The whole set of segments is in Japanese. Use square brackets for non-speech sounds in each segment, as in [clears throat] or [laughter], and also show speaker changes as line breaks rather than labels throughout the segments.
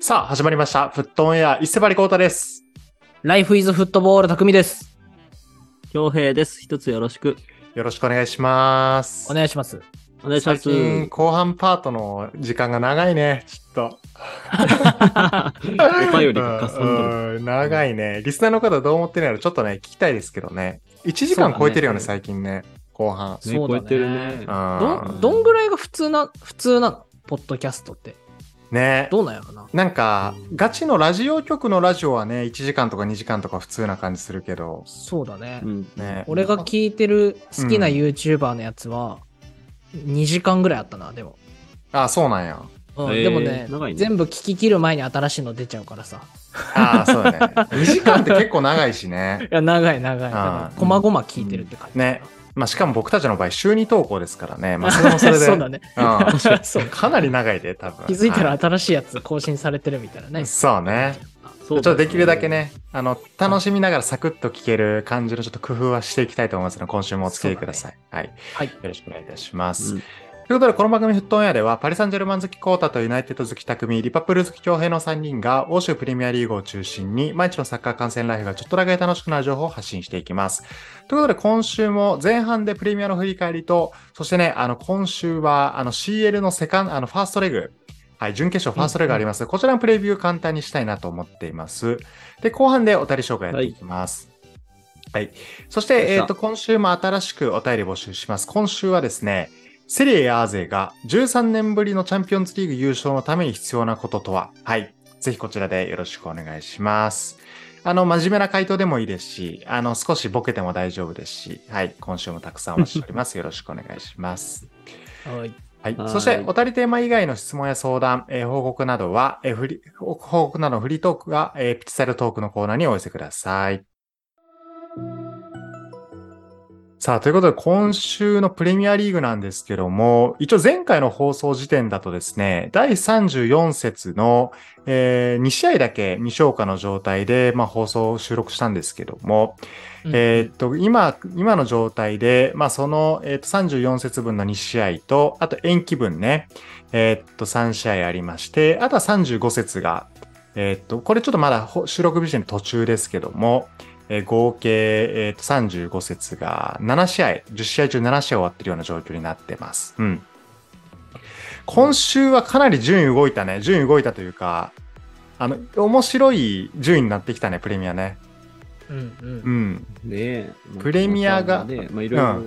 さあ、始まりました。フットオンエア、伊勢張り太です。
ライフイズフットボール匠です。
恭平です。一つよろしく。
よろしくお願いします。
お願いします。
お願いします。
後半パートの時間が長いね、ちょっと。
お便りがかさん
長いね。リスナーの方どう思ってるのやろちょっとね、聞きたいですけどね。1時間超えてるよね、ね最近ね。後半。
ね、超えてるね。
ど、どんぐらいが普通な、普通なのポッドキャストって。
ね
どうなんやろな。
なんか、ガチのラジオ局のラジオはね、1時間とか2時間とか普通な感じするけど。
そうだね。
うん、ね
俺が聞いてる好きな YouTuber のやつは、2時間ぐらいあったな、でも。
ああ、そうなんや。
うん、でもね、ね、全部聞き切る前に新しいの出ちゃうからさ。
ああ、そうだね。2時間って結構長いしね。
いや、長い長い。だから、こまごま聞いてるって感じ、
うん、
[laughs]
ね。まあ、しかも僕たちの場合、週2投稿ですからね。まあ、それもそれで。
[laughs] そうだね。
うん、
[laughs]
かなり長いで、多分。
気づいたら新しいやつ更新されてるみたいなね。
そうね。そうねちょっとできるだけね、あの、楽しみながらサクッと聞ける感じのちょっと工夫はしていきたいと思いますので、今週もお付き合いください。ね、はい、
はい。よ
ろしくお願いいたします。うんということで、この番組フットオンエアでは、パリ・サンジェルマン好きコータとユナイテッド好き匠、リパプール好き強兵の3人が、欧州プレミアリーグを中心に、毎日のサッカー観戦ライフがちょっとだけ楽しくなる情報を発信していきます。ということで、今週も前半でプレミアの振り返りと、そしてね、あの、今週は、あの、CL のセカンド、あの、ファーストレグ、はい、準決勝ファーストレグあります。うん、こちらのプレビュー簡単にしたいなと思っています。で、後半でお便り紹介やっていきます。はいはい。そして、えっ、ー、と、今週も新しくお便り募集します。今週はですね、セリエ A 勢が13年ぶりのチャンピオンズリーグ優勝のために必要なこととははい。ぜひこちらでよろしくお願いします。あの、真面目な回答でもいいですし、あの、少しボケても大丈夫ですし、はい。今週もたくさんお待ちしております。よろしくお願いします。
はい。
はい。そして、おたりテーマ以外の質問や相談、えー、報告などは、えー、フリ報告などフリートークが、えー、ピチサルトークのコーナーにお寄せください。さあ、ということで、今週のプレミアリーグなんですけども、一応前回の放送時点だとですね、第34節の、えー、2試合だけ未消化の状態で、まあ、放送を収録したんですけども、うん、えっと、今、今の状態で、まあ、その、えー、と34節分の2試合と、あと延期分ね、えー、っと、3試合ありまして、あとは35節が、えー、っと、これちょっとまだ収録ビジョン途中ですけども、えー、合計、えー、と35節が7試合、10試合中7試合終わってるような状況になってます。うん。今週はかなり順位動いたね。順位動いたというか、あの、面白い順位になってきたね、プレミアね。
うん,うん、
うん。
ね
プレミアが。
ねまあ、いろいろ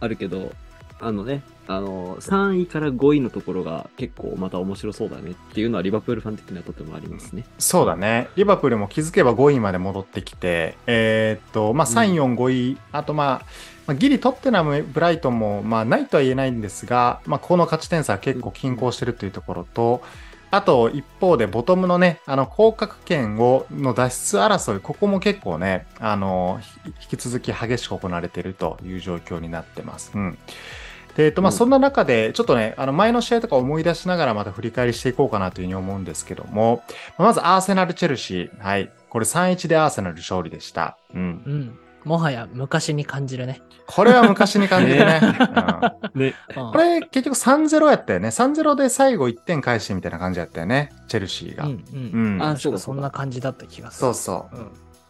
あるけど、うん、あのね、あの、3位から5位のところが結構また面白そうだねっていうのはリバプールファン的にはとてもありますね。
そうだね。リバプールも気づけば5位まで戻ってきて、えー、っと、まあ、3、4、5位、うん、あとまあ、まあ、ギリ、トッテナム、ブライトンも、まあ、ないとは言えないんですが、まあ、この勝ち点差は結構均衡してるというところと、あと、一方で、ボトムのね、あの、降格圏を、の脱出争い、ここも結構ね、あの、引き続き激しく行われているという状況になってます。うん。で、えっと、まあ、そんな中で、ちょっとね、あの、前の試合とか思い出しながらまた振り返りしていこうかなというふうに思うんですけども、まず、アーセナル・チェルシー。はい。これ3-1でアーセナル勝利でした。うん。
うん。もはや昔に感じるね。、
これは昔に感じる [laughs] ね。これ結局3-0やったよね。3-0で最後1点返してみたいな感じだったよね。チェルシーが。うん
うん。うん、あ、そうか、そんな感じだった気がす
る。そうそう。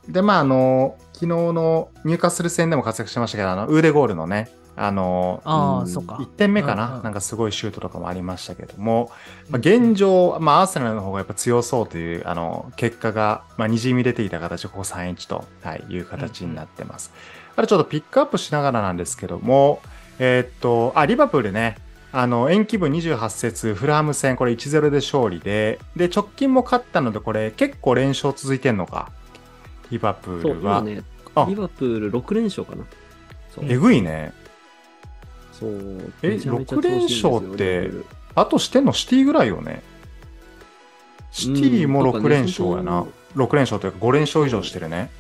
うん、で、まあ、あの、昨日の入荷する戦でも活躍してましたけど、あの、ウーデゴールのね、あの、
あうん、1
点目かな、うん、なんかすごいシュートとかもありましたけども、まあ、現状、まあ、アーセナルの方がやっぱ強そうという、あの、結果が、まあ、にじみ出ていた形で、ここ3-1と、はい、いう形になってます。あれ、ちょっとピックアップしながらなんですけども、えー、っと、あ、リバプールね、あの、延期分28節、フラハム戦、これ1-0で勝利で、で、直近も勝ったので、これ結構連勝続いてんのか、リバプールは。
ね、リバプール6連勝かな。
えぐいね。
そう。
え、6連勝って、あとしてんのシティぐらいよね。シティも6連勝やな。う6連勝というか5連勝以上してるね。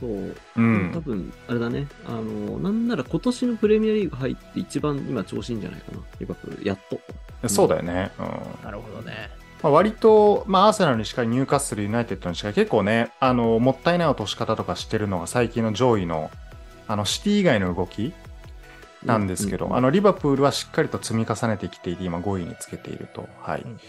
そう。うん。多分、あれだね。あの、なんなら今年のプレミアリーグ入って一番今調子いいんじゃないかな。リバプール、やっと。
うん、そうだよね。
うん、なるほどね。
まあ、割と、まあ、アーセナルにしかり、ニューカッスル、ユナイテッドにしかり、結構ね、あの、もったいない落とし方とかしてるのが最近の上位の、あの、シティ以外の動きなんですけど、
うん
あの、リバプールはしっかりと積み重ねてきていて、今5位につけていると、はい、
うんうん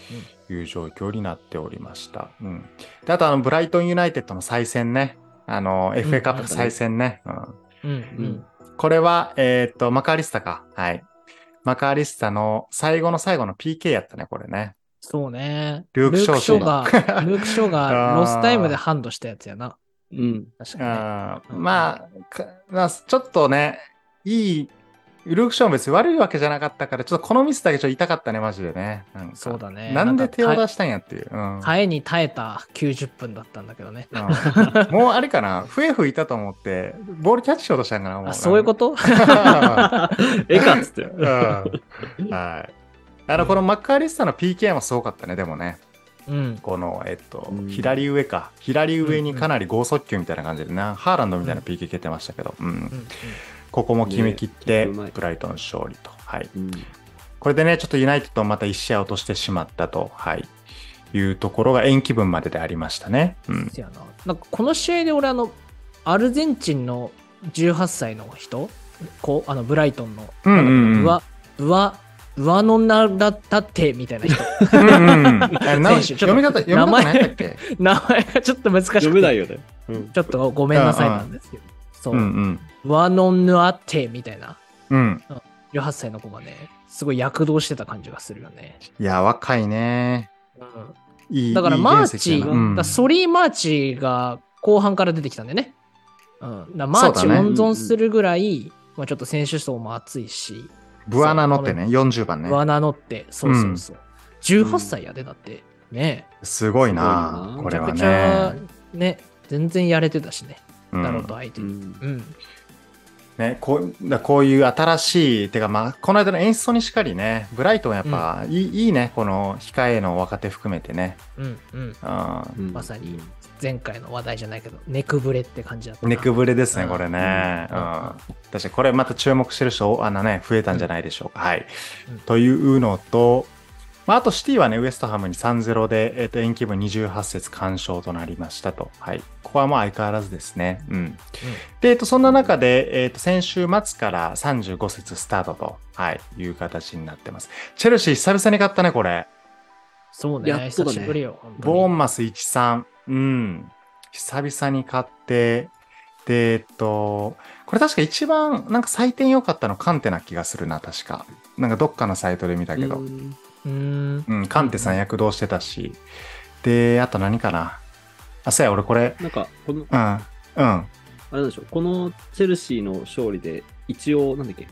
いう状況になっておりました。うん。で、あと、あの、ブライトンユナイテッドの再戦ね。あの、FA カップ再戦ね。うん。
うん
う
うんん。
これは、えーっと、マカアリスタか。はい。マカアリスタの最後の最後の PK やったね、これね。
そうね。
ルークショー
ショーが、 [laughs] ルークショー
あ
が
ー
ロスタイムでハンドしたやつやな。
うん。
確か
あー
うん
まあ、かまあ、ちょっとね、いい、ルークショーも別に悪いわけじゃなかったから、ちょっとこのミスだけちょっと痛かったね、マジでね。なんか
そうだね
なんで手を
なんか
出したんやっていう。うん
に。耐えに耐えた90分だったんだけどね。
うんもうあれかな、笛吹いたと思って、ボールキャッチしようとしたんかな、もう。
あ、そういうこと [laughs]
[laughs] えかっつって。
うんはい。あの、このマッカーリスタの PK もすごかったね、でもね。
うん。
この、えっと
うん、
左上か。左上にかなり剛速球みたいな感じでな、ハーランドみたいな PK 蹴ってましたけど、うん
う。ん
ここも決め切って、
ねうまい
ブライトン勝利と。はい。
うん。
これでね、ちょっとユナイテッドまた1試合落としてしまったと。はい。いうところが延期分まででありましたね。う
うん
ん。
せやな。なんかこの試合で俺あの、アルゼンチンの18歳の人、こう、あの、ブライトンの、
うんうんうん
ブワ、ブワ、ブワノナラタテみたい
[laughs]
な人。
うんうん
[laughs]
うん。あれなん
選手ち
読
ょっと
み方、読み方
名前
何やったっけ
名前がちょっと難しくて。
読めないよね。うん。
ちょっとごめんなさいなんですけど。そうう。
んうん。
ブワノヌアテみたいな、
うん。
18歳の子がね、すごい躍動してた感じがするよね。
いや、若いね。いい
だから
いい
マ
原
ー
石
チ、
やな
う
うんん
だソリー・マーチが後半から出てきたんでね。うん、だからマーチ
そうだね
温存するぐらい、まあ、ちょっと選手層も厚いし、
ブアナノってね、40番ね。
ワナノって、そうそうそう。18歳やで、だって。ね
すごい
す
な
ごいな
これ
めち
は
ゃくちゃ
ね。、
ね、全然やれてたしね、
うん
ナロと相手
う
に。
ん
うん。
ね、こうだこういう新しい、てか、まあ、この間の演出にしかりね、ブライトンやっぱ、いいいいね、この控えの若手含めてね。
うん。うん。
うん
うん
まさに。前回の話題じゃないけど、ネクブレって感じだったな。
ネクブレですね、
うん
これね。う
うんん。
確かにこれまた注目してる人、あのね、増えたんじゃないでしょうか。はい
うん。
というのと、まあ、あとシティはね、ウエストハムに3-0で、えっ、と、延期分28節完勝となりましたと。はい。ここはもう相変わらずですね。うん。で、えっ、と、そんな中で、えっ、と、先週末から35節スタートと、はい、いう形になってます。チェルシー久々に勝ったね、これ。
そうね、
やっ
久
とだね
しぶりよ。本当に
ボーンマス1-3。うん。久々に勝って、で、えっと、これ確か一番なんか採点良かったのカンテな気がするな、確か。なんかどっかのサイトで見たけど。
うん
うーん。
うん、カンテさん躍動してたし。で、あと何かな。あ、そうや、俺これ、
なんか、この、
うん、うん。
あれなんでしょう、このチェルシーの勝利で、一応、なんだっけ、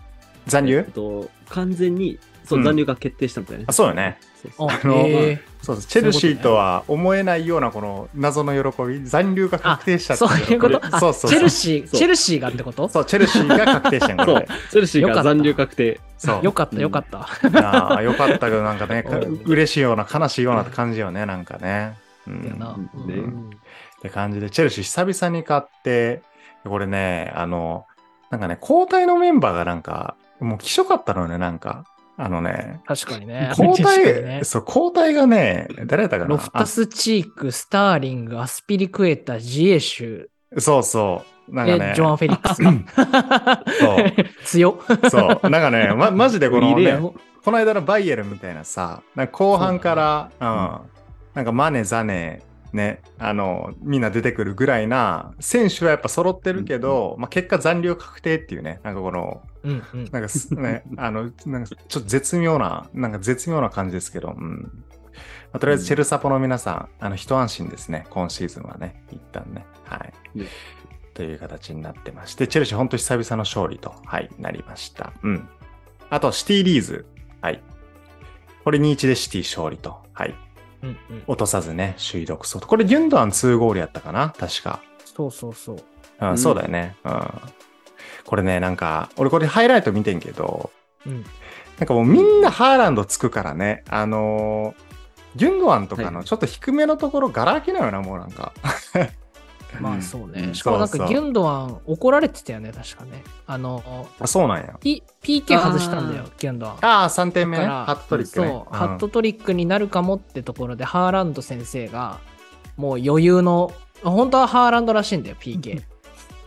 残留
えっと、完全に、そうう、
ん
残留が決定したみたいなね
あ、。そうよね。
そうそう
あ
の
え
そうですチェルシーとは思えないようなこの謎の喜び、残留が確定した
ー
って
そういうことあ
そうそうそう。
チェルシー、
そう
チェルシーがってこと
そう、チェルシーが確定してんの、
そ
こ
う
れ。、
チェルシー
よか
が
った
残留確定。
そう。
よかった、
うん
よかった。
なあよかったけどなんかねか
[laughs] うん
嬉しいような悲しいような感じよねなんかね。う、
だよなんうん
ね
って感じでチェルシー久々に勝ってこれねあのなんかね交代のメンバーがなんかもうきしょかったのよねなんかあのね
確かにね。
交
確か
代、
にね
そう交代がね誰だったかな
ロフタスチーク、スターリング、アスピリクエタ、ジエシュ、
あそうそうなんか
え
ね
ジョアン・フェリックス。 [laughs] 強
[laughs]
っ。
そうなんかねまマジでこの
入れ
ね
や
この間のバイエルンみたいなさ、なんか後半から、うん、なんかマネ、ザネ、ね、あの、みんな出てくるぐらいな、選手はやっぱ揃ってるけど、まあ、結果残留確定っていうね、なんかこの、
うんうん。
なんかすね、あの、なんかちょっと絶妙な、なんか絶妙な感じですけど、うん。まあ、とりあえず、チェルサポの皆さん、あの、一安心ですね、今シーズンはね、一旦ね、はい。
ね
という形になってまして、チェルシー、本当久々の勝利と、はい、なりました。うん。あと、シティリーズ、はい。これ2-1でシティ勝利と、はい。
うんうん
落とさずね、首位独走と。これ、ギュンドアン2ゴールやったかな、確か。
そうそうそう。
うん、
うん
そうだよね。うん。これね、なんか、俺これハイライト見てんけど、
うん
なんかもうみんなハーランドつくからね、あのーギュンドアンとか
は
の
い
ちょっと低めのところ、ガラ空きなよな、もうなんか。
まあそう
う
ね。
ん
しかもなん
そうそ
か
う
ギュンドアン怒られてたよね、確かね。あの、
あそうなんや。
P- PK 外したんだよ、ギュンドアン。
ああ、3点目ね。
だから
ハットトリック
そう、
ね。
ハットトリックになるかもってところで、ハーランド先生が、もう余裕の、本当はハーランドらしいんだよ、PK。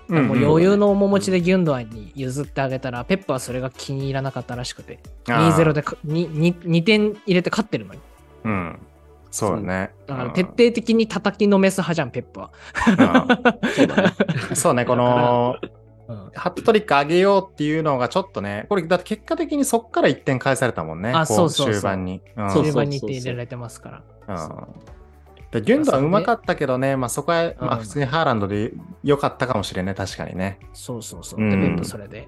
うん
もう余裕の面持ちでギュンドアンに譲ってあげたら、ペップはそれが気に入らなかったらしくて、2-0でかにに 2, 点入れて勝ってるのに。
うん。そうだね。
だから
うん
徹底的に叩きのめす派じゃん、ペップは。
そうだね。
うんそうね、この、
うん
ハットトリック上げようっていうのがちょっとね、これ、だって結果的にそっから1点返されたもんね、
あ
こ
そうそうそう
終盤に。うん
そう
中盤に点入れられてますから。
うんでギュンドはうまかったけどね、まあ、そこは、まあ、普通にハーランドで良かったかもしれんね、確かにね。
そうそうそう。
う
で、
ん
ペップそれで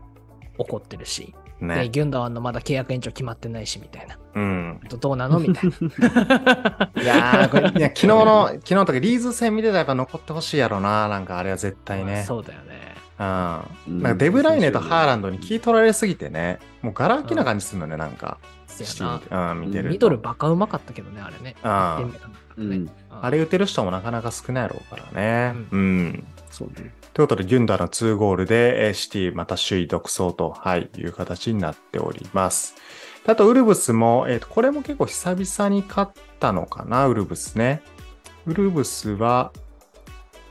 怒ってるし、で
ね。
ギュンドアンのまだ契約延長決まってないし、みたいな。
うん、
どどうなの
[laughs]
みたいな。
いやーこれいや昨日の、昨日の時リーズ戦見てたらやっぱ残ってほしいやろな、なんかあれは絶対ね。
そうだよね。
う。
うんん
なんかデブライネとハーランドに聞い取られすぎてね、もうガラ空きな感じするのね、なんか。
そう
シ
や
ーン
な
見。てうん、見てると。
ミドルバカうまかったけどね、あれね。
あー
一点目か
う
なん
ん
かね。
あれ打てる人もなかなか少ないやろうからね。
う
うん
そうね。
ということで、ギュンダーの2ゴールで、えーシティまた首位独走と、はい、いう形になっております。あと、ウルブスも、えーとこれも結構久々に勝ったのかな、ウルブスね。ウルブスは、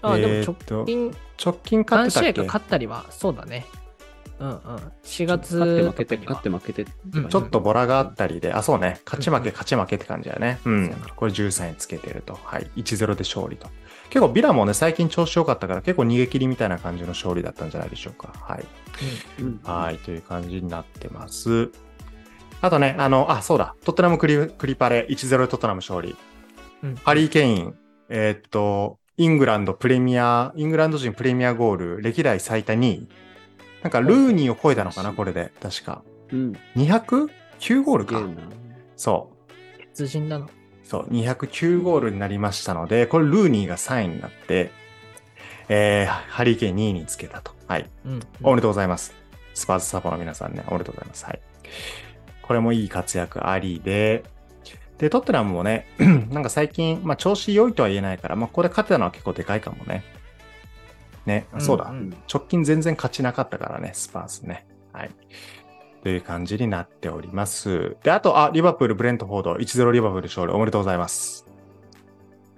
あー
え
でも
ーっと
直近
直近勝って
何
た
試
っ
合
け
か勝ったりは、そうだね。うんうん。4月
勝って負けて、
とかには
勝って負けて。
うん
ちょっとボラがあったりで、あ、そうね、勝ち負
うん
け、勝ち負けって感じだよね。う
そ
ん
うやな。
これ13位つけてると。はい。1-0で勝利と。結構、ビラもね、最近調子良かったから、結構逃げ切りみたいな感じの勝利だったんじゃないでしょうか。はい。
うん
はい、という感じになってます。あとね、あの、あ、そうだ、トッテナムクリクリパレ、1-0でトッテナム勝利。
うん
ハリー・ケイン、えーっと、イングランドプレミア、イングランド人プレミアゴール、歴代最多2位。なんか、ルーニーを超えたのかな、これで、確か。
うん。
209ゴール
すげ
か。
えな
そう。
別人なの。
そう、209ゴールになりましたので、これルーニーが3位になって、えー、ハリー・ケイン2位につけたと。はい。
うんうん。
おめでとうございます。スパーズサポの皆さんね、おめでとうございます。はい。これもいい活躍ありで、で、トッテナムもね、 [clears throat] なんか最近、まあ調子良いとは言えないから、まあここで勝てたのは結構でかいかもね。ね、あそうだ、
んん
直近全然勝ちなかったからね、スパーズね。はい。という感じになっております。で、あと、あ、リバプール、ブレントフォード、1-0リバプール勝利、おめでとうございます。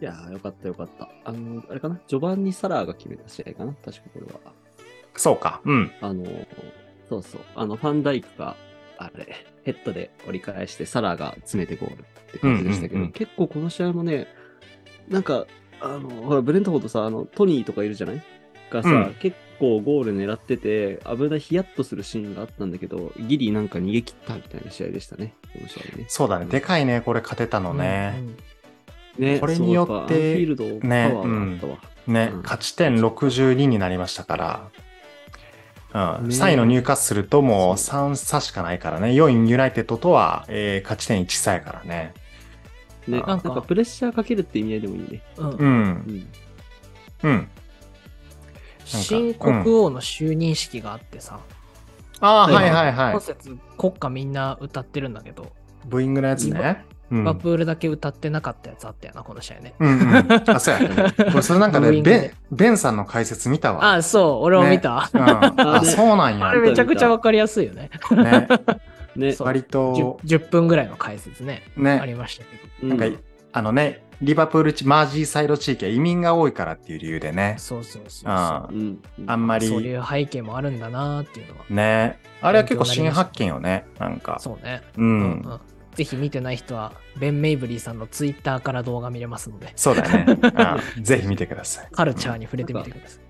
いやー、よかったよかった。あの、あれかな序盤にサラーが決めた試合かな確かこれは。
そうか、うん。
あの、そうそう。あの、ファンダイクが、あれ、ヘッドで折り返して、サラーが詰めてゴールって感じでしたけど、
うんうんうん
結構この試合もね、なんか、あの、ほら、ブレントフォードさ、あの、トニーとかいるじゃないがさ、
うん
結構ゴール狙ってて、危ないヒヤッとするシーンがあったんだけど、ギリなんか逃げ切ったみたいな試合でしたね、この試合ね。
そうだね、でかいね、これ勝てたのね。
うんうん
ね
これによって
そうやぱアンフィールドパワーがあったわ。
ね、
うん
勝ち点62になりましたから、うん、
ね
3位の入荷するともう
そ
3差しかないからね、4位ユナイテッドとは、えー勝ち点1差やからね。
ね、
あ
なんかプレッシャーかけるって意味合いでもいいね。
うん
う、
うんん。
うん。
新国王の就任式があってさ、
ああ、
そう
はいはいは
今
い。
節国歌みんな歌ってるんだけど、
ブーイングのやつね。うん。う
バ
ん
プールだけ歌ってなかったやつあったよな、この試合ね。
うん、あ、そうや、ね。これ、それなんか
ブーイ
ね、
ング
ベン
ね、
ベンさんの解説見たわ。
あ、そう、俺も見た。
うん、あ、
ね
そうなんや
あ。れめちゃくちゃわかりやすいよね。
ね、
ね、
そう
割
10,
と、
10分ぐらいの解説ね、あ
ね、
りましたけど。
なんか
うん、
あのね、リバプール地、マージーサイド地域は移民が多いからっていう理由でね。
そうそうそう
あ
そ
うん。
あんま
う。そう
り
いう背景もあるんだなーっていうのは。
ねあれは結構新発見よねなんか
そうね。
う、
うんんぜひ見てない人は、ベン・メイブリーさんのツイッターから動画見れますので、
そうだよ
[laughs]
ね、うん、ぜひ見てください
カルチャーに触れてみてください。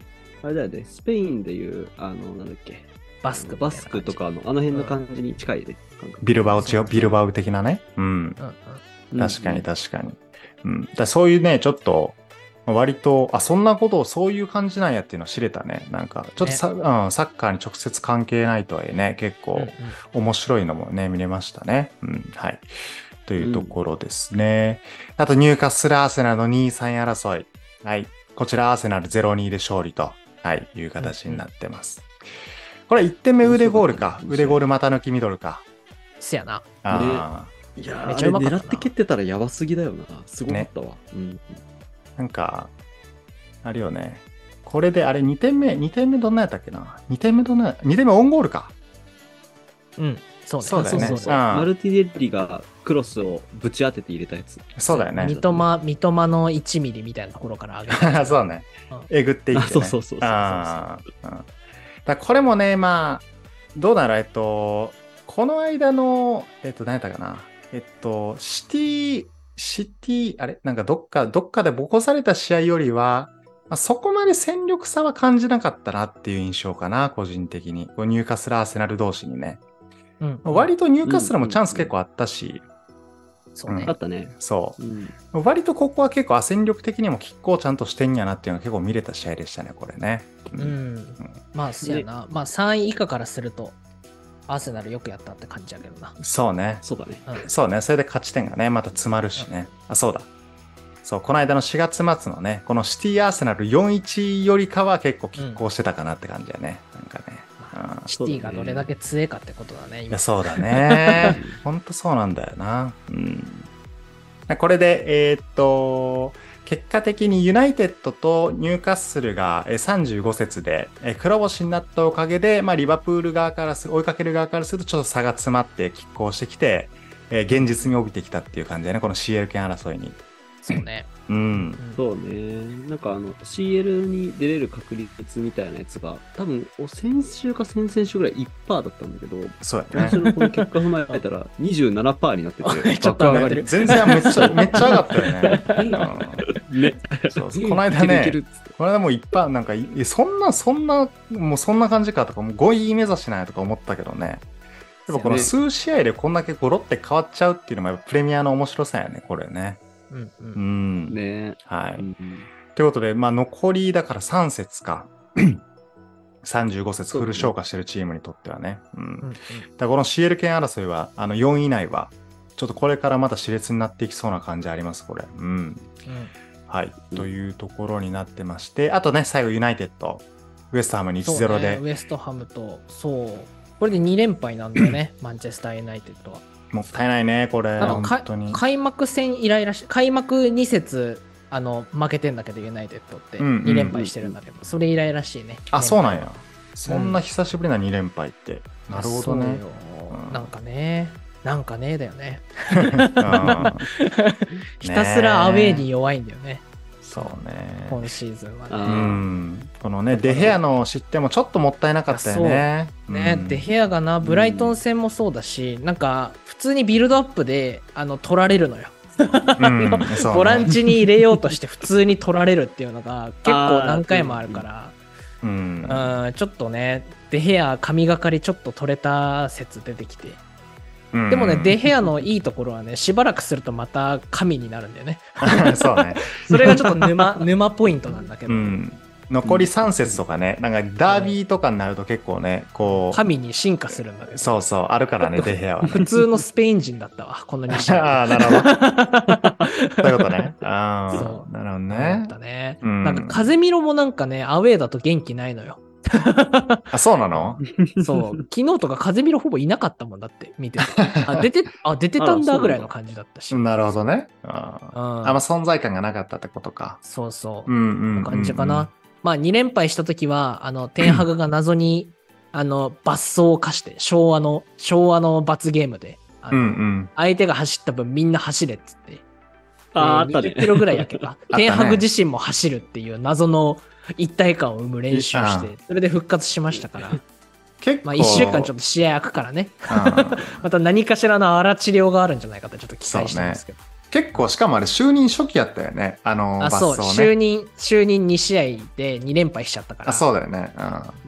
あれだよね、スペインでいう、あの、なんだっけ、
バスク。
バスクと。かの、あの辺の感じに近いね。感覚
ビルバオチオビルバオ的なねうん
うんうん。
確かに。確かに、うん、だからそういうねちょっと割とあそんなことをそういう感じなんやっていうのを知れたねなんかちょっとさ、うん、サッカーに直接関係ないとはいえね結構、
うんうん
面白いのもね、見れましたね。うん、はい。というところですね。あと、入荷するアーセナルの2位、3位争い。はい。こちら、アーセナル0-2で勝利と、はい、いう形になってます。これ、1点目腕ゴールか。
面白い
腕ゴール股抜きミドルか。
せやな。
あ
いや
め
ー、め
っち
ち
ゃ
ゃ
うまかったな
狙って蹴ってたらやばすぎだよな。すごかったわ。うん。
ーなんか、あるよね。これで、あれ、2点目、2点目どんなやったっけな ?2 点目どんな、2点目オンゴールか。
うん。そうね。
そうだよね
そうそう
うん
マルティネッリがクロスをぶち当てて入れたやつ。
そうだよね
三。笘、三笘の1ミリみたいなところから上げ
[laughs]
た。
そうだね
うん。
えぐっていって、ね。
あそうそうそうそうそうそう
あーうんだからこれもね、まあ、どうなのえっと、この間の、えっと、何やったかな。えっと、シティ、シティ、あれなんかどっか、どっかでボコされた試合よりは、まあ、そこまで戦力差は感じなかったなっていう印象かな、個人的に。こう入荷するアーセナル同士にね。
うん、
割と入荷するもチャンス結構あったし、
そうね
うん
あ。ったね。
そう。
うん。
割とここは結構、戦力的にも拮抗ちゃんとしてんやなっていうのが結構見れた試合でしたね、これね。う
うん。まあ、そうやな。まあ、3位以下からすると、アーセナルよくやったって感じやけどな。
そうね。
そうだね。
うん
そうね。それで勝ち点がね、また詰まるしね。あ、そうだ。そう、この間の4月末のね、このシティアーセナル4-1よりかは結構拮抗してたかなって感じだね。なんかね。うん
シティがどれだけ強いかってことだ
い
ね、今
や、。そうだ
[laughs]
ね。ほんとそうなんだよな。うん。これで、えーっと、結果的にユナイテッドとニューカッスルがえー35節でえー黒星になったおかげで、まあ、リバプール側からする、追いかける側からするとちょっと差が詰まって拮抗してきて、えー現実に帯びてきたっていう感じだね、この CL 権争いに。
そうね。
うん。
うん、
そうね。なんかあの、CL に出れる確率みたいなやつが、多分、お先週か先々週ぐらい1%だったんだけど、
そうや
今
ね
週。のこの結果踏まえたら27%に
[laughs]
なってて
ちょっ [laughs] と上がってる
全然めっちゃ、めっちゃ上がったよ
[laughs]
ね。うん
ね。
そうそうこの間ね
いけるいけるっつって
これでもう一般なんかいえそんなそんなもうそんな感じかとかもう5位目指しないとか思ったけどねやっぱこの数試合でこんだけゴロって変わっちゃうっていうのもやっぱプレミアの面白さやねこれね
うんう。
うんん、
ね。
はい、
うん
ということでまあ残りだから3節か [clears throat] 35節フル消化してるチームにとってはね、うん、
うんうん
だからこの CL 権争いは、あの4位以内は、ちょっとこれからまた熾烈になっていきそうな感じあります、これ。うん。
うん
はい。というところになってまして、あとね、最後、ユナイテッド、ウエストハムに
そう
1-0
ね
で、
ウエストハムと、そう。これで2連敗なんだよね、マンチェスター・ユナイテッドは。
もったいないね、これ、
なん
本
か
当
か
に。
開幕戦イライラし、開幕2節あの負けてんだけど、ユナイテッドって
うんうんうん
2連敗してるんだけど、それ以来らしいね。
あ、そう
な
なんや。そんな久しぶりな2連敗って。なるほどね。うん
なんかね、なんかねだよね。
うん
[laughs] ひたすらアウェーに弱いんだよね、
そうね。
今シーズンは
あ
ね。
うん。このね、デヘアの失点もちょっともったいなかったよね。
ね
うん
デヘアがな、ブライトン戦もそうだし、なんか、普通にビルドアップで、あの、取られるのよ。
うんそうね
ボランチに入れようとして、普通に取られるっていうの
[laughs]
が、結構何回もあるから。
うん
うん、ちょっとね、デヘア、神がかりちょっと取れた説出てきて。でもね、デヘアのいいところはね、しばらくするとまた神になるんだよね。
[laughs] そうね。
それがちょっと
[laughs]
沼、沼ポイントなんだけ
う
ど、
ん。残り3節とかね、なんかダービーとかになると結構ね、こう、
神に進化するんだけど、
そうそう、あるから
[laughs]
ね、デヘアは、ね。
普通のスペイン人だったわ、この2試合。
[laughs] ああ、なるほど。そういうことね。あ
そ
あ、なるほど
思
ね
っ。たね。
うん
なんか、風見ろもなんかね、アウェーだと元気ないのよ。
あ、そうなの [laughs]
そう、昨日とか風見ろほぼいなかったもんだって、見てて。あ、出て、あ、出てたん
あらそうな
だ
んだ
ぐらいの感じだったし。
なるほどね。あ
う
ー
ん
あんま存在感がなかったってことか。
そうそう
う。んうん、うん。
感じかな。。まあ、2連敗した時は、あの、天ンハグが謎に、あの、罰走を課して、昭和の、昭和の罰ゲームで、あ
う
の
んうん。
相手が走った分みんな走れっつって、
あーあった
20キ
ね。
ロぐらいや
[laughs]
けど、
たね
天ンハグ自身も走るっていう謎の一体感を生む練習をして、それで復活しましたから、
結構。
まあ、1週間ちょっ
っ
と試合空くからね、
と。
また何かしらの荒治療があるんじゃないかとちょっと期待してますけど。
結構、しかもあれ、就任初期やったよね。あの、
あ、そう、
罰走
就
ね。
任、就任2試合で2連敗しちゃったから。
あ、そうだよね。う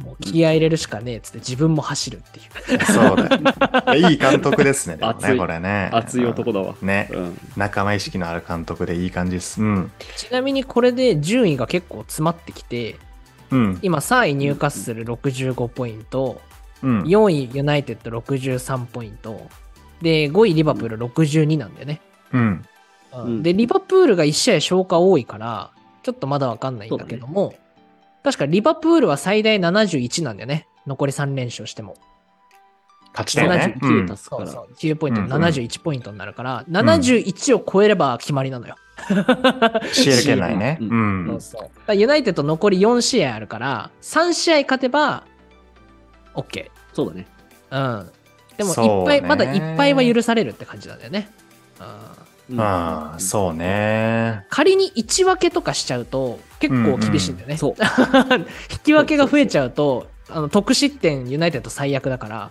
ん。
もう気合い入れるしかねえっつって自分も走るっていう。
そうだよ。
[laughs]
いい監督ですね、でも
熱
ね、
い
これね。
熱い男だわ。
ね。
うん。
仲間意識のある監督でいい感じです。うん。
ちなみにこれで順位が結構詰まってきて、
うん。
今3位ニューカッスル65ポイント、
うん。
4位ユナイテッド63ポイント、で、5位リバプール62なんだよね。
うん。
うん
で、リバプールが1試合消化多いから、ちょっとまだわかんないんだけども、確かリバプールは最大71なんだよね。残り3連勝しても。
勝ち
だ
点
よ
ね。う
79
ん
足すか
そうそ
ら。
う。9ポイント、
うん
71ポイントになるから、71を超えれば決まりなのよ。
CL 圏内ね。う
うん
ん。
だからユナイテッド残り4試合あるから、3試合勝てば、OK。
そうだね。
うん。でもい
そ
っ
う
ぱ
ね
い、まだいっぱいは許されるって感じなんだよね。うん
うん
ああ、そうね。
仮に1分けとかしちゃうと結構厳しいんだよね。
そう。
引き分けが増えちゃうとあの得失点ユナイテッド最悪だから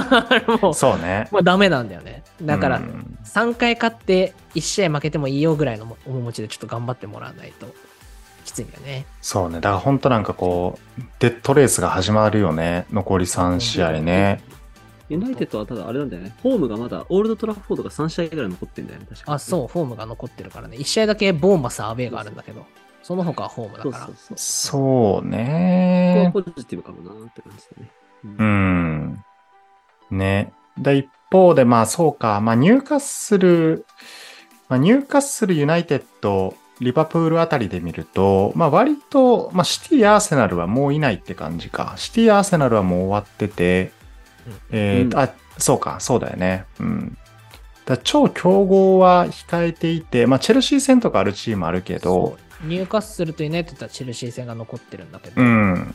[laughs] もう
そうね。
もうダメなんだよねだから、
うん
3回勝って1試合負けてもいいよぐらいの面持ちでちょっと頑張ってもらわないときついんだよね
そうね。だから本当なんかこう、デッドレースが始まるよね。残り3試合ね。
ユナイテッドはただあれなんだよね。ホームがまだオールドトラフォードが3試合ぐらい残ってんだよね。確か
あそうフォームが残ってるからね1試合だけボーマスアウェーがあるんだけどその他はホーム
そ
だ
う
から
そうそう。そ
そう
こは
ね。
ポジティブかもなーって感じだね。うん
うん。ね。で、一方で、まあそうか、まあニューカッスル、まあ、ニューカッスル、ユナイテッド、リバプールあたりで見ると、まあ割と、まあシティ、アーセナルはもういないって感じか。シティ、アーセナルはもう終わってて、
うん
えーと
う
あ、そうか、そうだよね。うん。だから超強豪は控えていて、まあチェルシー戦とかあるチームあるけど、
そうニューカッスルとユナイテッドはチェルシー戦が残ってるんだけど、
うん。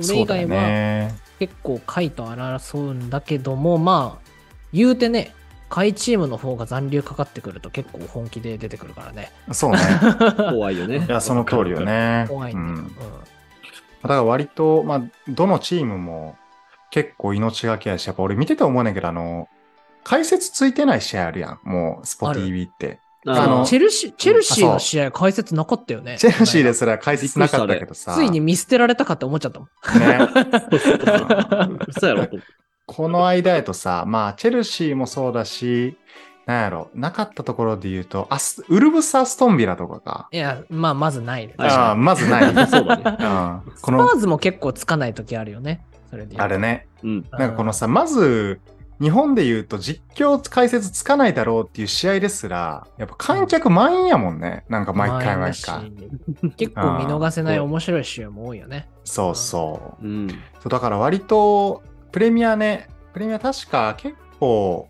それ
そ
以外
うだよ
は
ね。
結構下位と争うんだけどもまあ言うてね下位チームの方が残留かかってくると結構本気で出てくるからね
そうね。
怖いよね。
いや、その通りよ。ね。
[laughs] 怖い
うん
だよ、
んだから割と、まあ、どのチームも結構命がけやし、やっぱ俺見てて思うねんけど、あの、解説ついてない試合あるやん。もう、スポ TV って。
うん
あの
チェルシーチェルシー
あそ
の
う
試合解説なかったよね
チェルシーですら解説なかったけどさ。
ついに見捨てられたかって思っちゃったもん
ね。
そうやろと思
[laughs] この間やとさ、まあ、チェルシーもそうだし、なんやろ、なかったところで言うと、アスウルブス・アストンビラとかか。
いやまあまずないね
はい
ああ、まず [laughs] ない。うん
って。そうだね。
こ
スパ
の、
ーズも結構つかない時あるよねそれで言うと
あれね。
うん。
なんかこのさ、まず、日本で言うと実況解説つかないだろうっていう試合ですら、やっぱ観客満員やもんね。なんか毎回毎回。
毎回結構見逃せない面白い試合も多いよね
そうそう
う。ん。
そうだから割と、プレミアね、プレミア確か結構、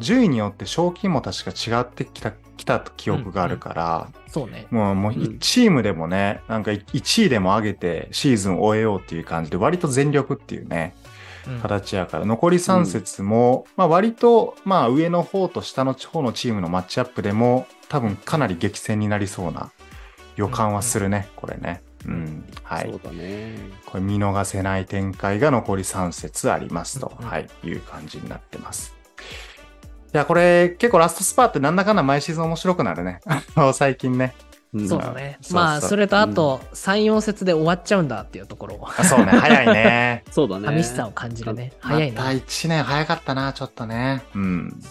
順位によって賞金も確か違ってきた、きた記憶があるから、
そうね
もう、もう
うん
1チームでもね、なんか1位でも上げてシーズンを終えようっていう感じで、割と全力っていうね。
うん
形やから残り3節も、まあ、割とまあ上の方と下の方のチームのマッチアップでも多分かなり激戦になりそうな予感はするね、これね。うんは
そ、
いう
だね。
これ見逃せない展開が残り3節ありますと、
うん
はい、いう感じになってます。いやこれ結構ラストスパーってなんだかんだ毎シーズン面白くなるね [laughs] あの最近ね
うん
そうだね
そうそう
まあそれとあと34節で終わっちゃうんだっていうところ
あそうね早いね
そうだね。
寂しさを感じるね [laughs] 早いね
また1年早かったなちょっとねうん
そ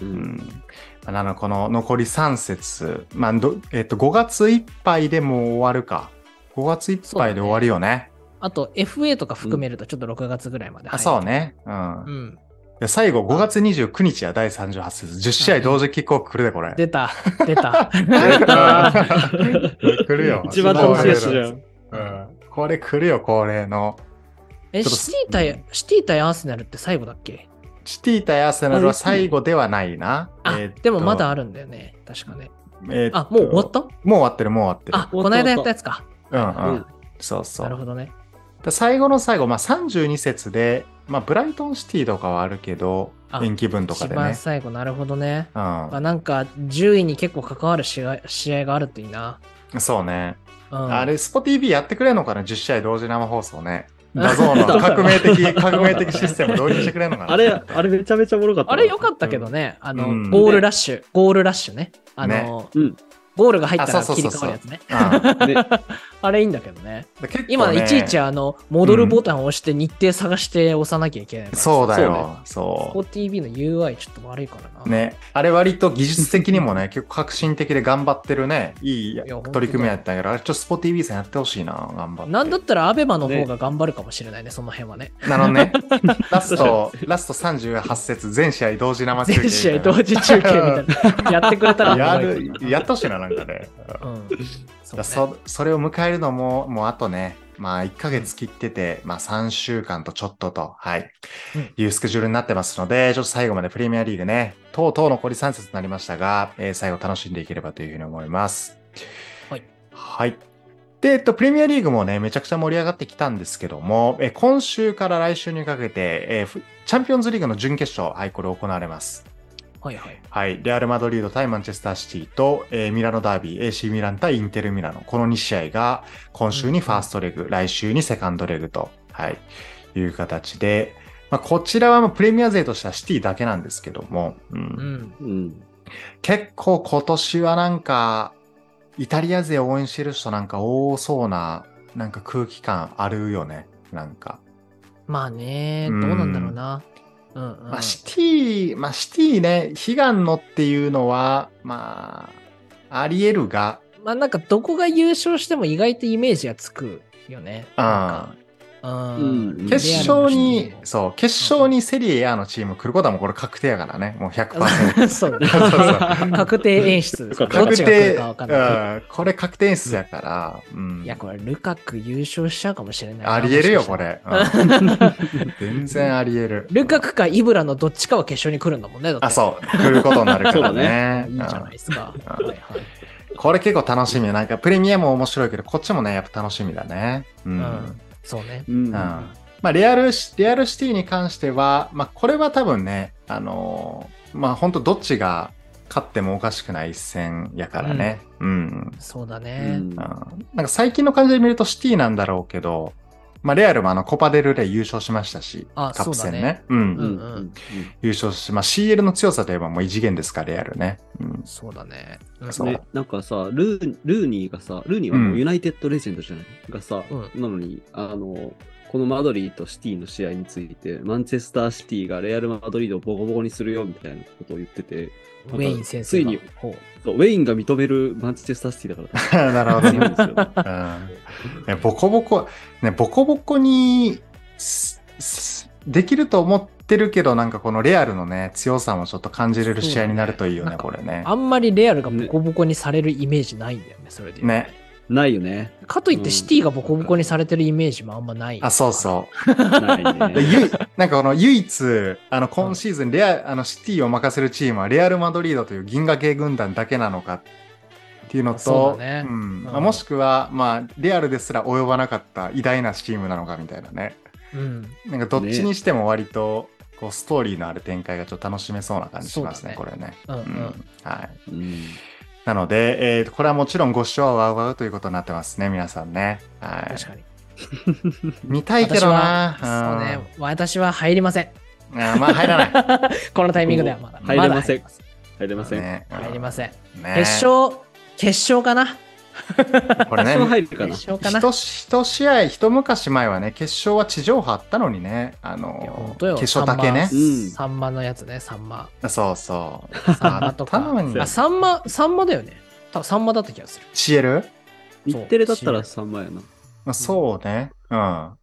う
う。
うん
[laughs]
んまあなのでこの残り3節、まあどえっと5月いっぱいでもう終わるか5月いっぱいで終わるよね
あと FA とか含めるとちょっと6月ぐらいまで入る
あそうね、うん
うん
で最後5月29日は第38節10試合同時キックオフ来るでこれ、[laughs]
出た出た
[laughs]
来るよ
一番楽しいやつじゃ。
うんこれ来るよ恒例の
え
ちょっと
シティ対、シティ対アーセナルって最後だっけ
シティ対アーセナルは最後ではないな
あ、
えっと
でもまだあるんだよね確かね
えっと
あもう終わった
もう終わってるもう終わってる
あこの間やったやつか
うんうん、
うん
そうそう
なるほどね
で最後の最後、まあ、32節で、まあ、ブライトンシティとかはあるけど
あ
延期分とか
一
で
番
ね、
最後なるほどね
う
あなんか10位に結構関わる試合試合があるといいな、
ん、そうね、
うん、
あれスポ TV やってくれんのかな10試合同時生放送ねダゾーンの
[laughs]
革命的革命的システム導入してくれんのかな
あれ、あれめちゃめちゃおもろかった。
あれ良かったけどね、あの、
うん
ゴールラッシュ、ゴールラッシュね。あの、
うん
ゴールが入ったら
あそう
切
そ
り
う
替
そ
わ
う
るや
う
つね。
ん [laughs]
ね。
あれいいんだけどね。
で結構ね
今、いちいちあの、戻るボタンを押して日程探して押さなきゃいけないから。
そうだ
そう
よそう
4TV の UI ちょっと悪いからな。。
ねあれ割と技術的にもね結構革新的で頑張ってるねいい
や本当だ
取り組みやったんやけどあれちょっとスポ TV さんやってほしいな頑張って
なんだったらアベマの方が頑張るかもしれないね、その辺はね。
なの [laughs] ねラストラスト38節全試合同時生中継みたい
全
な
試合同時中継みたいな。やってくれたら
や
ありがたい
る [laughs] やってほしいな、なんかね。
うん。そう
そ
ね
それを迎えるのも、もうあとね、まあ1ヶ月切ってて、まあ3週間とちょっとと、はい、
うん
いうスケジュールになってますので、ちょっと最後までプレミアリーグね、とうとう残り3節になりましたが、えー最後楽しんでいければというふうに思います。
はい。
はい。で、えっと、プレミアリーグもね、めちゃくちゃ盛り上がってきたんですけども、え今週から来週にかけて、えーふチャンピオンズリーグの準決勝、はい、これ行われます。
はいはい。
はい、レアル・マドリード対マンチェスター・シティと、えーミラノダービー、AC ミラン対インテル・ミラノ、この2試合が今週にファーストレグ、来週にセカンドレグと、はい、いう形で、まあ、こちらはまあプレミア勢としてはシティだけなんですけども、うん
うん。
うん。
結構今年はなんか、イタリア勢を応援してる人なんか多そうな、なんか空気感あるよね、なんか。
まあね、ど
う
うんなんだろうな。うんうん。
まあ、シティ、まあ、シティね、悲願のっていうのは、まあ、あり得るが、
まあなんかどこが優勝しても意外とイメージがつくよね。
あ
なんか
うん
うん。
決勝
レアル
に
の、シ
そう、決勝にセリエ A のチーム来ることはもうこれ確定やからね、
[laughs]
もう
ティ
100%。
もそ
そう
う。
そうそう
確定演出です。どっ
確
ちが来
定、
るかわかんな
うん、これ確定演出やから、うん
い。いや、これ、ルカク優勝しちゃうかもしれないな。
あり得るよ、
もしか
こ
したら。
れ。うん全然あり得る。
[laughs] ルカクかイブラのどっちかは決勝に来るんだもんね。だって
あ、そう、来ることになるから
そうだ
ね。
いいじゃない
うん
ですか。
あ
はいはい。
これ結構楽しみ。なんかプレミアも面白いけど、こっちもね、やっぱ楽しみだね。う。
うんん。そうね。
うん。
うんまあ、レアルシ、レアルシティに関しては、まあ、これは多分ね、あのーまあ、本当どっちが勝ってもおかしくない一戦やからね。うん。
そうだ
う
ね。
うん
ん
なんか最近の感じで見るとシティなんだろうけど、まあ、レアルもあの、コパデルレイ優勝しましたし、
あ
カップ戦ね。
そうだね
うん。
うんうん
優勝し、まあ、CL の強さといえばもう異次元ですから、レアルね。
[laughs]
うん。
そうだね。うん
そう
ね、なんかさルー、ルーニーがさ、ルーニーはもううんユナイテッドレジェンドじゃない、がさ、
う
なのに、あの、このマドリーとシティの試合について、マンチェスターシティがレアル・マドリードをボコボコにするよみたいなことを言ってて、
ウェイン先
つ
生
い
が。
に
ほう
そうウェインが認めるマンチェスターシティだか
なるほ [laughs]
ら、
ど
強いん
ね。
ですよ。
うんねボコボコ、ね、ボコボコにすすできると思ってるけど、なんかこのレアルのね、強さもちょっと感じれる試合になるといいよね、
そ
これね
あ。んまりレアルがボコボコにされるイメージないんだよね、それで。
ね。
ないよね。
かといってシティがボコボコにされてるイメージもあんまない。
あ、そうそ。
ないう
[laughs]
ね。
ゆなんかこの唯一、あの、今シーズンレア、あの、シティを任せるチームはレアル・マドリードという銀河系軍団だけなのかっていうの
そ
と、
うだね
んま
う
あ
ん
もしくは、まあ、レアルですら及ばなかった偉大なチームなのかみたいなね。
うん。
なんかどっちにしても割と、こうストーリーのある展開がちょっと楽しめそうな感じしますね、
そ
こ
う
れね。
うんうん
はい。
うん
なので、えーこれはもちろんご視聴はワウワウということになってますね、皆さんね。はい
確。かに。
見たいけどな。
私はそうね。私は入りません。 [laughs]
うん。あーまあ入らない。
このタイミングではまだ。
入れません
だ [laughs]
入れません。
ね
入りません。
うんね
決勝、決勝かな
これ
多少
ね。
入るか
決
な。
勝かな
一し一試合、一昔前はね、決勝は地上波あったのにね、あ
いや
の
本当
ー、
よ
決勝だけね
サ。ンマサンマのやつね、サンマ。
そうそう。
サンマと
あったの
か。
に
あ、サンマ、サンマだよね。多分サンマだった気がする。
CL?
日テレだったら3万やな。
まあそうね。うん。ま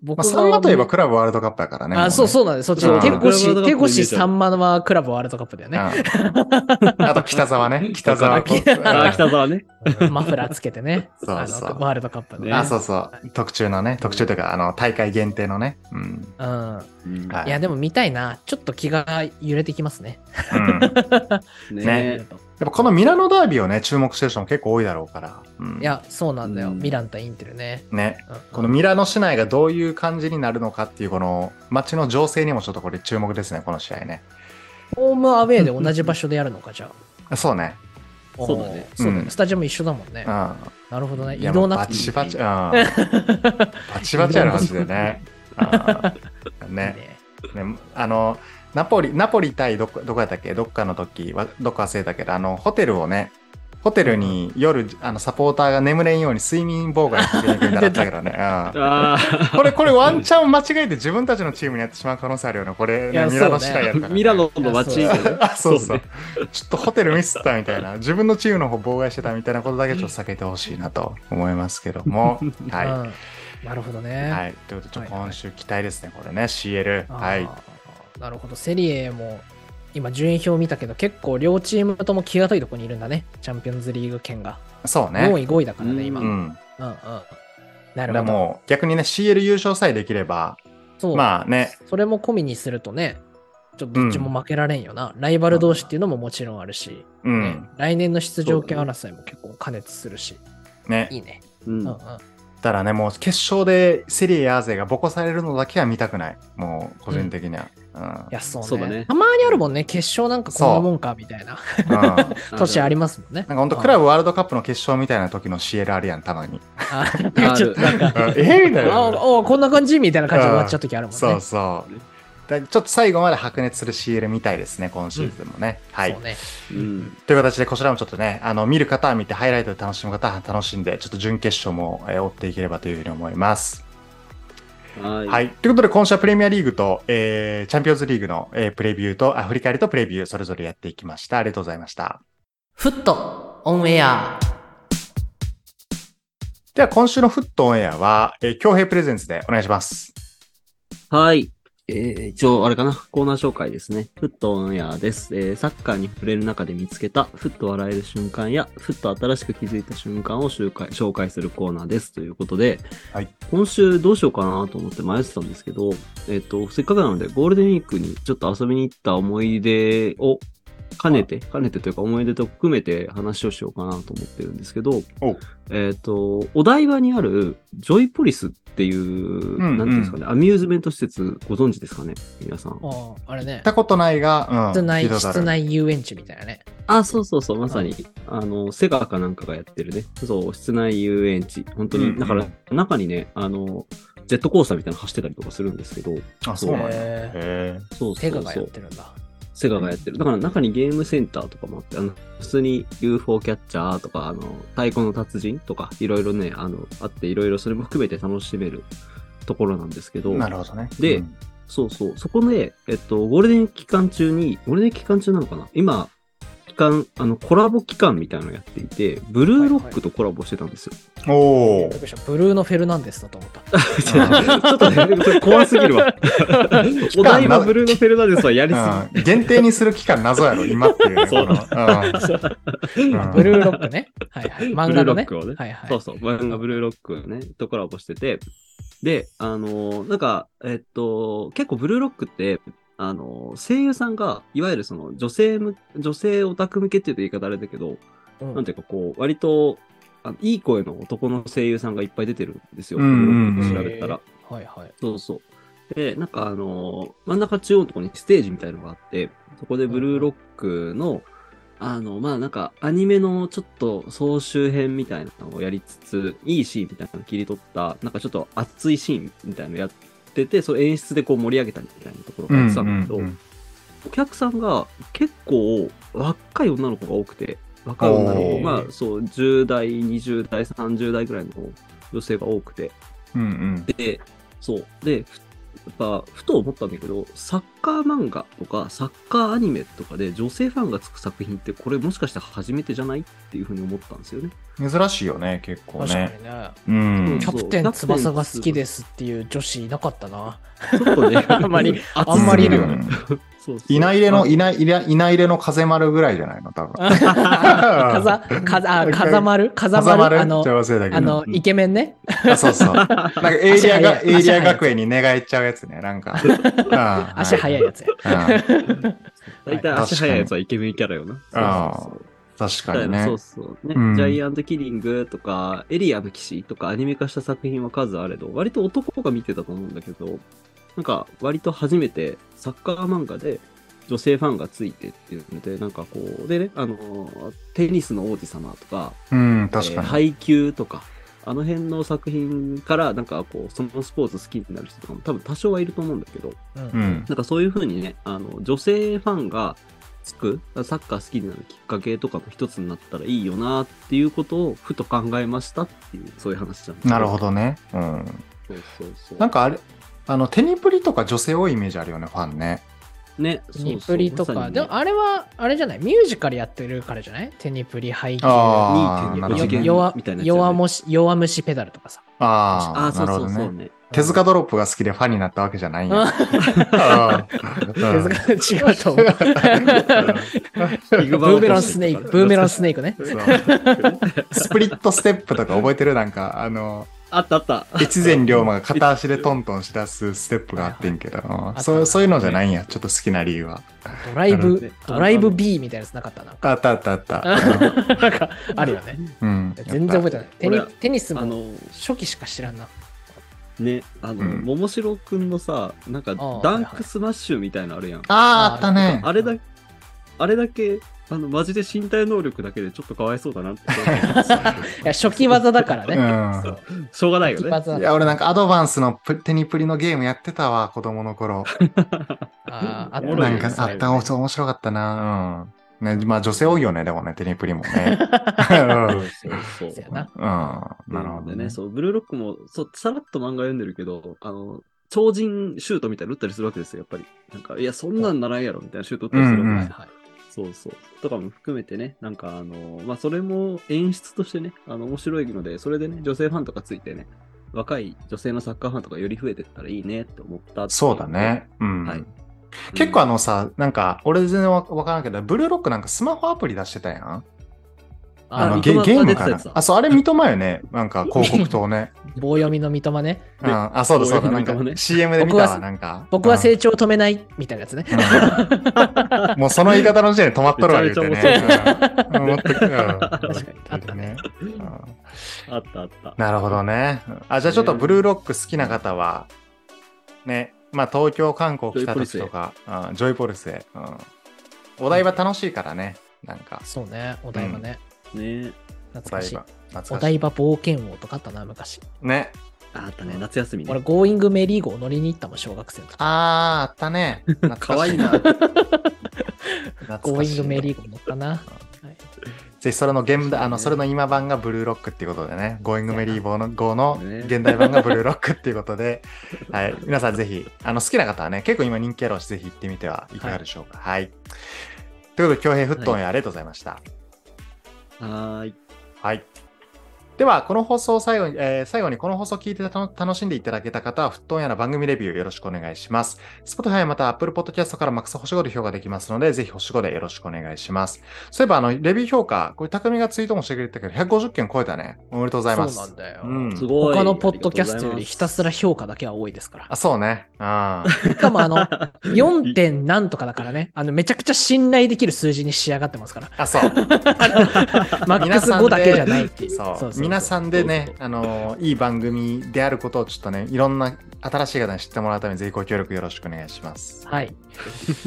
僕
あ、
は
サンマといえばクラブワールドカップだからね。もね
あ、そうそうなんです。そっち
うん。
手
クラブワール
越、
ドカップ
手
のイメージ
越さんまはクラブワールドカップだよね。 [laughs]
うんあと北沢ね。北沢。
あ
あー、北沢ね。
マフラーつけてね。
そうそう
あのワールドカップのね。
ね
あ、そうそう。特注のね。特注というか、あの、大会限定のね。うん。
うん。
うん
はい
いや、でも見たいな。ちょっと気が揺れてきますね。
うんやっ
ね
ぱこのミラノダービーをね、注目してる人も結構多いだろうから。うん
い。や、そうなんだよ。
うん
ミラン対インテルね。
ね。
うん
このミラノ市内がどういう感じになるのかっていう、この街の情勢にもちょっとこれ注目ですね、この試合ね。
ホームアウェイで同じ場所でやるのか、じゃあ。
あそうね。
そうだね
おーそうだね
うん
スタジアム一緒だもんね
うん。。
なるほどね。
い
移
や
動
もう
な
バ
くていい
チバチ、うん。バチバチやる話でね。
[laughs]
うんね。
ね。
ね、あのナポリナポリ対どこどこやったっけどっかの時はどこ忘れたけどあのホテルをねホテルに夜、あのサポーターが眠れんように睡眠妨害してるみたいなのあったけどね、うん
あー
これこれワンチャン間違えて自分たちのチームにやってしまう可能性あるよねこれ
いや
ねミラノ市内やったから、ね、
ミラノの街
あ
あそうそう
ね
ちょっとホテルミスったみたいな自分のチームの方妨害してたみたいなことだけちょっと避けてほしいなと思いますけどもはい、
うんなるほどね。
はい、ということでちょっと
はいはい
今週期待ですねこれね CL
あー
はい。
なるほど。セリエも、今順位表見たけど、結構両チームとも気が遠いとこにいるんだね。チャンピオンズリーグ圏が。
そうね
4位、5位だからね、今。
う
うんうん。
ん
な
だ
る
から
ほど。
もう逆にね CL 優勝さえできれば
そう。
まあね
それも込みにするとね、ちょっとどっちも負けられんよな。ライバル同士っていうのももちろんあるし、
う
ね
ん
来年の出場権争いも結構過熱するし、
ね
いいね。
うん
うんうん
たらね、もう決勝でセリエ A 勢がボコされるのだけは見たくない。もう個人的には。うん。
いやそうね
そうだね
たまにあるもんね、決勝なんかこんなもんかみたいな
うんなんか
年ありますもんね。
本当クラブワールドカップの決勝みたいな時の CL あるやん、たま
[laughs]
に。
あ
ある
ちょっとなんか、
うんえみたい
あ
な。
おおこんな感じみたいな感じで終わっちゃう時あるもんね。
そうそう。だちょっと最後まで白熱する CL みたいですね、今シーズンもね。はい
そう。ね
うん。
という形で、こちらもちょっとね、あの、見る方は見て、ハイライトで楽しむ方は楽しんで、ちょっと準決勝も、えー追っていければというふうに思います。
は。
はいい。ということで、今週はプレミアリーグと、えーチャンピオンズリーグの、えープレビューと、あ、振り返りとプレビュー、それぞれやっていきました。ありがとうございました。
フットオンエア。
では、今週のフットオンエアは、えー、京平プレゼンツでお願いします。
はい。えー一応、あれかな、コーナー紹介ですね。フットオンエアです、えーサッカーに触れる中で見つけた、ふっと笑える瞬間や、ふっと新しく気づいた瞬間を紹介紹介するコーナーです。ということで、
はい
今週どうしようかなと思って迷ってたんですけど、えっ、と、せっかくなので、ゴールデンウィークにちょっと遊びに行った思い出を兼ねて、兼ねてというか思い出と含めて話をしようかなと思ってるんですけど、
お
えっ、と、お台場にあるジョイポリスっていう、
んうん
なんていうんですかね、アミューズメント施設ご存知ですかね、皆さん。
ああれね
行っ。たことないが、う
室
ん。聞
内
いたことある
室内遊園地みたいなね。
あ、そうそうそう、まさに、あの、セガかなんかがやってるね、そう、室内遊園地。本当に、
うんうん
だから、中にね、あの、ジェットコースターみたいなの走ってたりとかするんですけど、
あ、そうなんや。へ
へえ
え。
そうそうそう。
セガがやってるんだ。
セガがやってる。だから中にゲームセンターとかもあって、あの、普通に UFO キャッチャーとか、あの、太鼓の達人とか、いろいろね、あの、あって、いろいろそれも含めて楽しめるところなんですけど、
なるほどね。
で
うん
そうそう。そこで、えっと、ゴールデン期間中に、ゴールデン期間中なのかな今、期間、あの、コラボ期間みたいなのやっていて、ブルーロックとコラボしてたんですよ。 [laughs]
おお
びっ。くりしたブルーのフェルナンデスだと思った。
ちょっとね、でもそれ怖すぎる
[laughs]
わ。お台場ブルーのフェルナンデスはやりす
うん限定にする期間謎やろ、今っていうね。
そう
このうんうん
ブルーロックね。はいはい。漫画のね
ブ。ルーロックをね
はいはい。
そうそう、漫画ブルーロックね、とコラボしてて、で、あのーなんか、えっと、結構ブルーロックって、あのー声優さんが、いわゆるその女性む、女性オタク向けっていうと言い方あれだけど、
うん
なんていうかこう、割と、あのいい声の男の声優さんがいっぱい出てるんですよ。
うんうんうん
ブルーロック調べたら。
はいはい。
そうそう。で、なんかあのー真ん中中央のところにステージみたいのがあって、そこでブルーロックの、あの、まあなんかアニメのちょっと総集編みたいなのをやりつつ、いいシーンみたいなのを切り取った、なんかちょっと熱いシーンみたいなのやってて、それ演出でこう盛り上げたみたいなところがやってたんだけど、
うんうんうん
お客さんが結構若い女の子が多くて、若い女の
お
子、
ー
まあそう、10代、20代、30代ぐらいの女性が多くて、
うん
で、そう。で、ふやっぱ、ふと思ったんだけど、サッカー漫画とか、サッカーアニメとかで女性ファンがつく作品って、これもしかして初めてじゃないっていうふうに思ったんですよ
う
ね。
ん珍しいよね、結構
確かに
ね。
ね。
うん
キ。ャプテン翼が好きですっていう女子いなかったな。
ちょっとね、
あんまり
熱
あんまり
すぎ
いな
る
い
よね。そうそう
いないれの、
あ
いない、いないいないれの風丸ぐらいじゃないの、多分。
[laughs] かざ、かざ、あ風丸風
風
丸
丸
あの
じゃ、あ忘れたけど
あの、イケメンね。
あそうそう。なんかエイリアが、
足早い
エイリア
足早い
学園に寝返っちゃうやつね、なんか。うん
足速いやつや。
はいうん
大体足早いやつはイケメンキャラよな。
あー
そうそうそ
確
うみた
か
い
にね
な [laughs] そう。そう。ね、
うん
ジャイアントキリングとか、エリアの騎士とかアニメ化した作品は数あれど、割と男が見てたと思うんだけど、なんか割と初めてサッカー漫画で女性ファンがついてっていうので、なんかこう、でね、あの、テニスの王子様とか、
うん、確
えー
か
配球とか、あの辺の作品から、なんかこう、そのスポーツ好きになる人とかも多分多少はいると思うんだけど、
う
に。うんん。
なんかそういう風にね、あの、女性ファンがつく、サッカー好きになるきっかけとかの一つになったらいいよなっていうことをふと考えましたっていう、そういう話なんです
なるほ
ど。
どね。うん。
そうそうそう。
なんかあれ、あの、テニプリとか女性多いイメージあるよね、ファンね。
ね、そう
テ
そう
ニプリと
まさ
か、
に
で
ね
もあれは、あれじゃないミュージカルやってるからじゃないテニプリ、ハイキュー
あー
2.5
なるほど
次元
ね
弱
みたいなやつ
弱
だね
虫弱虫ペダルとかさ。
あ
あ
あ、
そ
なる
うそ
ほど
うそう
ね。
ね。
手塚ドロップが好きでファンになったわけじゃない
[laughs]
んや。手
手塚違うと
[laughs]
思う。
ビ
ブ
ッグバン
ーメランスネーク、ブーメランスネークね。
そうスプリットステップとか覚えてるなんか、あの、
[laughs] あったあった。
越前龍馬が片足でトントンしだすステップがあってんけど、うんそうそういうのじゃないんや、ちょっと好きな理由は。
ドライ
なる
ブ
ほ、ど
ドライブ B みたいなやつなかったな。
あったあったあった。
なんか、あるよね。
うん、
全然覚えてない。テニ
俺
テニス
あ
も
の、
初期しか知らんな。
ね、あの、
うん
桃城くんのさ、なんか
ああ
ダンクスマッシュみたいなのあるやん。
ああ、あったね。
あれだ、あれだけ、あの、マジで身体能力だけでちょっとかわいそうだな
[laughs]
って思って
いや、初期技だから
う
ね。
ん。
た。しょうがないよ
初期技
ね。
だ
い
から
や、俺なんかアドバンスのプテニプリのゲームやってたわ、子供の頃。
あーあった
おもろ
ない
よ
ん
ね
かあった、おそう面白かったな。うん。ね、まあ女性多いよね、でもね、テニプリも
[laughs]
ね。
そうそ
そ
うそう
や
う。
な。
[laughs] うん。な
な
る
る
ほ
ほ
ど
ど
ね
ね。。そう、ブルーロックも、そう、さらっと漫画読んでるけど、あの、超人シュートみたいなの打ったりするわけですよ、やっぱり。なんか、いや、そんなんならんやろ、みたいなシュート打ったりする
うんう
わけですよ
ん
はいはい
そうそう。とかも含めてね、なんかあの、まあ、それも演出としてね、あの、面白いので、それでね、女性ファンとかついてね、若い女性のサッカーファンとかより増えてったらいいねって思ったってい
そうだね。。うん。
はい
結構あ
の、
のさ、なんか、俺全然わわからんけど、ブルーロックなんかスマホアプリ出してたやん。
あ
あ
の
の
三
ゲ
笘
ゲーム
が出て
か
たや
な
つだ
あ、そう、あれ三笘よね。なんか広告塔ね。
棒読みの三笘ね。
うん、あ、そうだそうだ。
こう
ないん
う
か
のね
CM で見た
僕
わ、
は
なんか。
僕は
うん
成長止めないみたいなやつね。
うんもうその言い方の時点で止まっとるわ、言
め
う
ちゃ
て
め
ね
ちゃ。
うんうん思ってうん
あったね
うん
あったあった。
なるほどね。あ、じゃあちょっとブルーロック好きな方は、ね、まあ東京観光来た時とか、うんジョイポルスへ。うんお台場楽しいからね、なんか。
そうね、お台場ね。
ね
お
懐か
台
しい
場。。
お
懐かしい。
台場冒険王とかあったな、昔。
ね。
あったね、夏休み
俺、
ね。
ゴーイングメリー号乗りに行ったもん、小学生の時。
あー、あったね。懐かし
かわいいな。
ゴーイングメ
ー
リー号乗ったな。はい
ぜひそれの現代、あの、
そう
それ
ね
の今版がブルーロックっていうことでね、ゴーイングメリー号の号の
ね
現代版がブルーロックっていうことで、はい、皆さんぜひ、あの、好きな方はね、結構今人気あるし、ぜひ行ってみてはいかがでしょうか。はい。ということで、京平フットンへありがとうございました。
はーい。
はい。では、この放送を最後に、えー最後にこの放送を聞いてたの楽しんでいただけた方は、フットンやの番組レビューよろしくお願いします。Spotify または Apple Podcast からマックス星5で評価できますので、ぜひ星5でよろしくお願いします。そういえば、あの、レビュー評価、これ、匠がツイートもしてくれてたけど、150件超えたね。おめでとうございます。
そうなんだよ。
うん
すごい。
他のポッドキャストよりひた
す
すら評価だけは多いですから
あ、。そうね。うん。
しかもあの、
ら
4. 点なんとかだからね、あのめちゃくちゃ信頼できる数字に仕上がってます
[laughs]
から、
あ、
[laughs]
そう。
マックス5だけじゃないっていう。
そう
そうそうそう
皆さんでね
そう
あのーいい番組であることをちょっとねいろんな新しい方に知ってもらうためにぜひご協力よろしくお願いします
はい。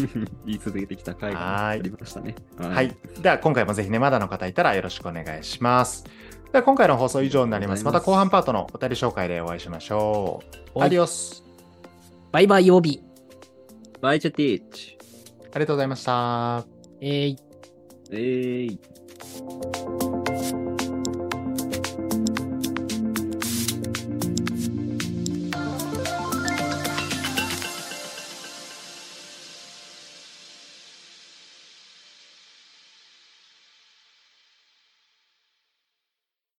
[laughs] 言い続けてきた回がありましたね。
は。
はい
では、今回もぜひね、まだの方いたらよろしくお願いします。では、今回の放送以上になります。
あ
ま
りが
た
とう
後
ござい
半
ます
パートのお便り紹介でお会いしましょう。
はい
アディオス。
バイバイ曜日。
バイチャティッチ。
ありがとうございました。
えー
えーい。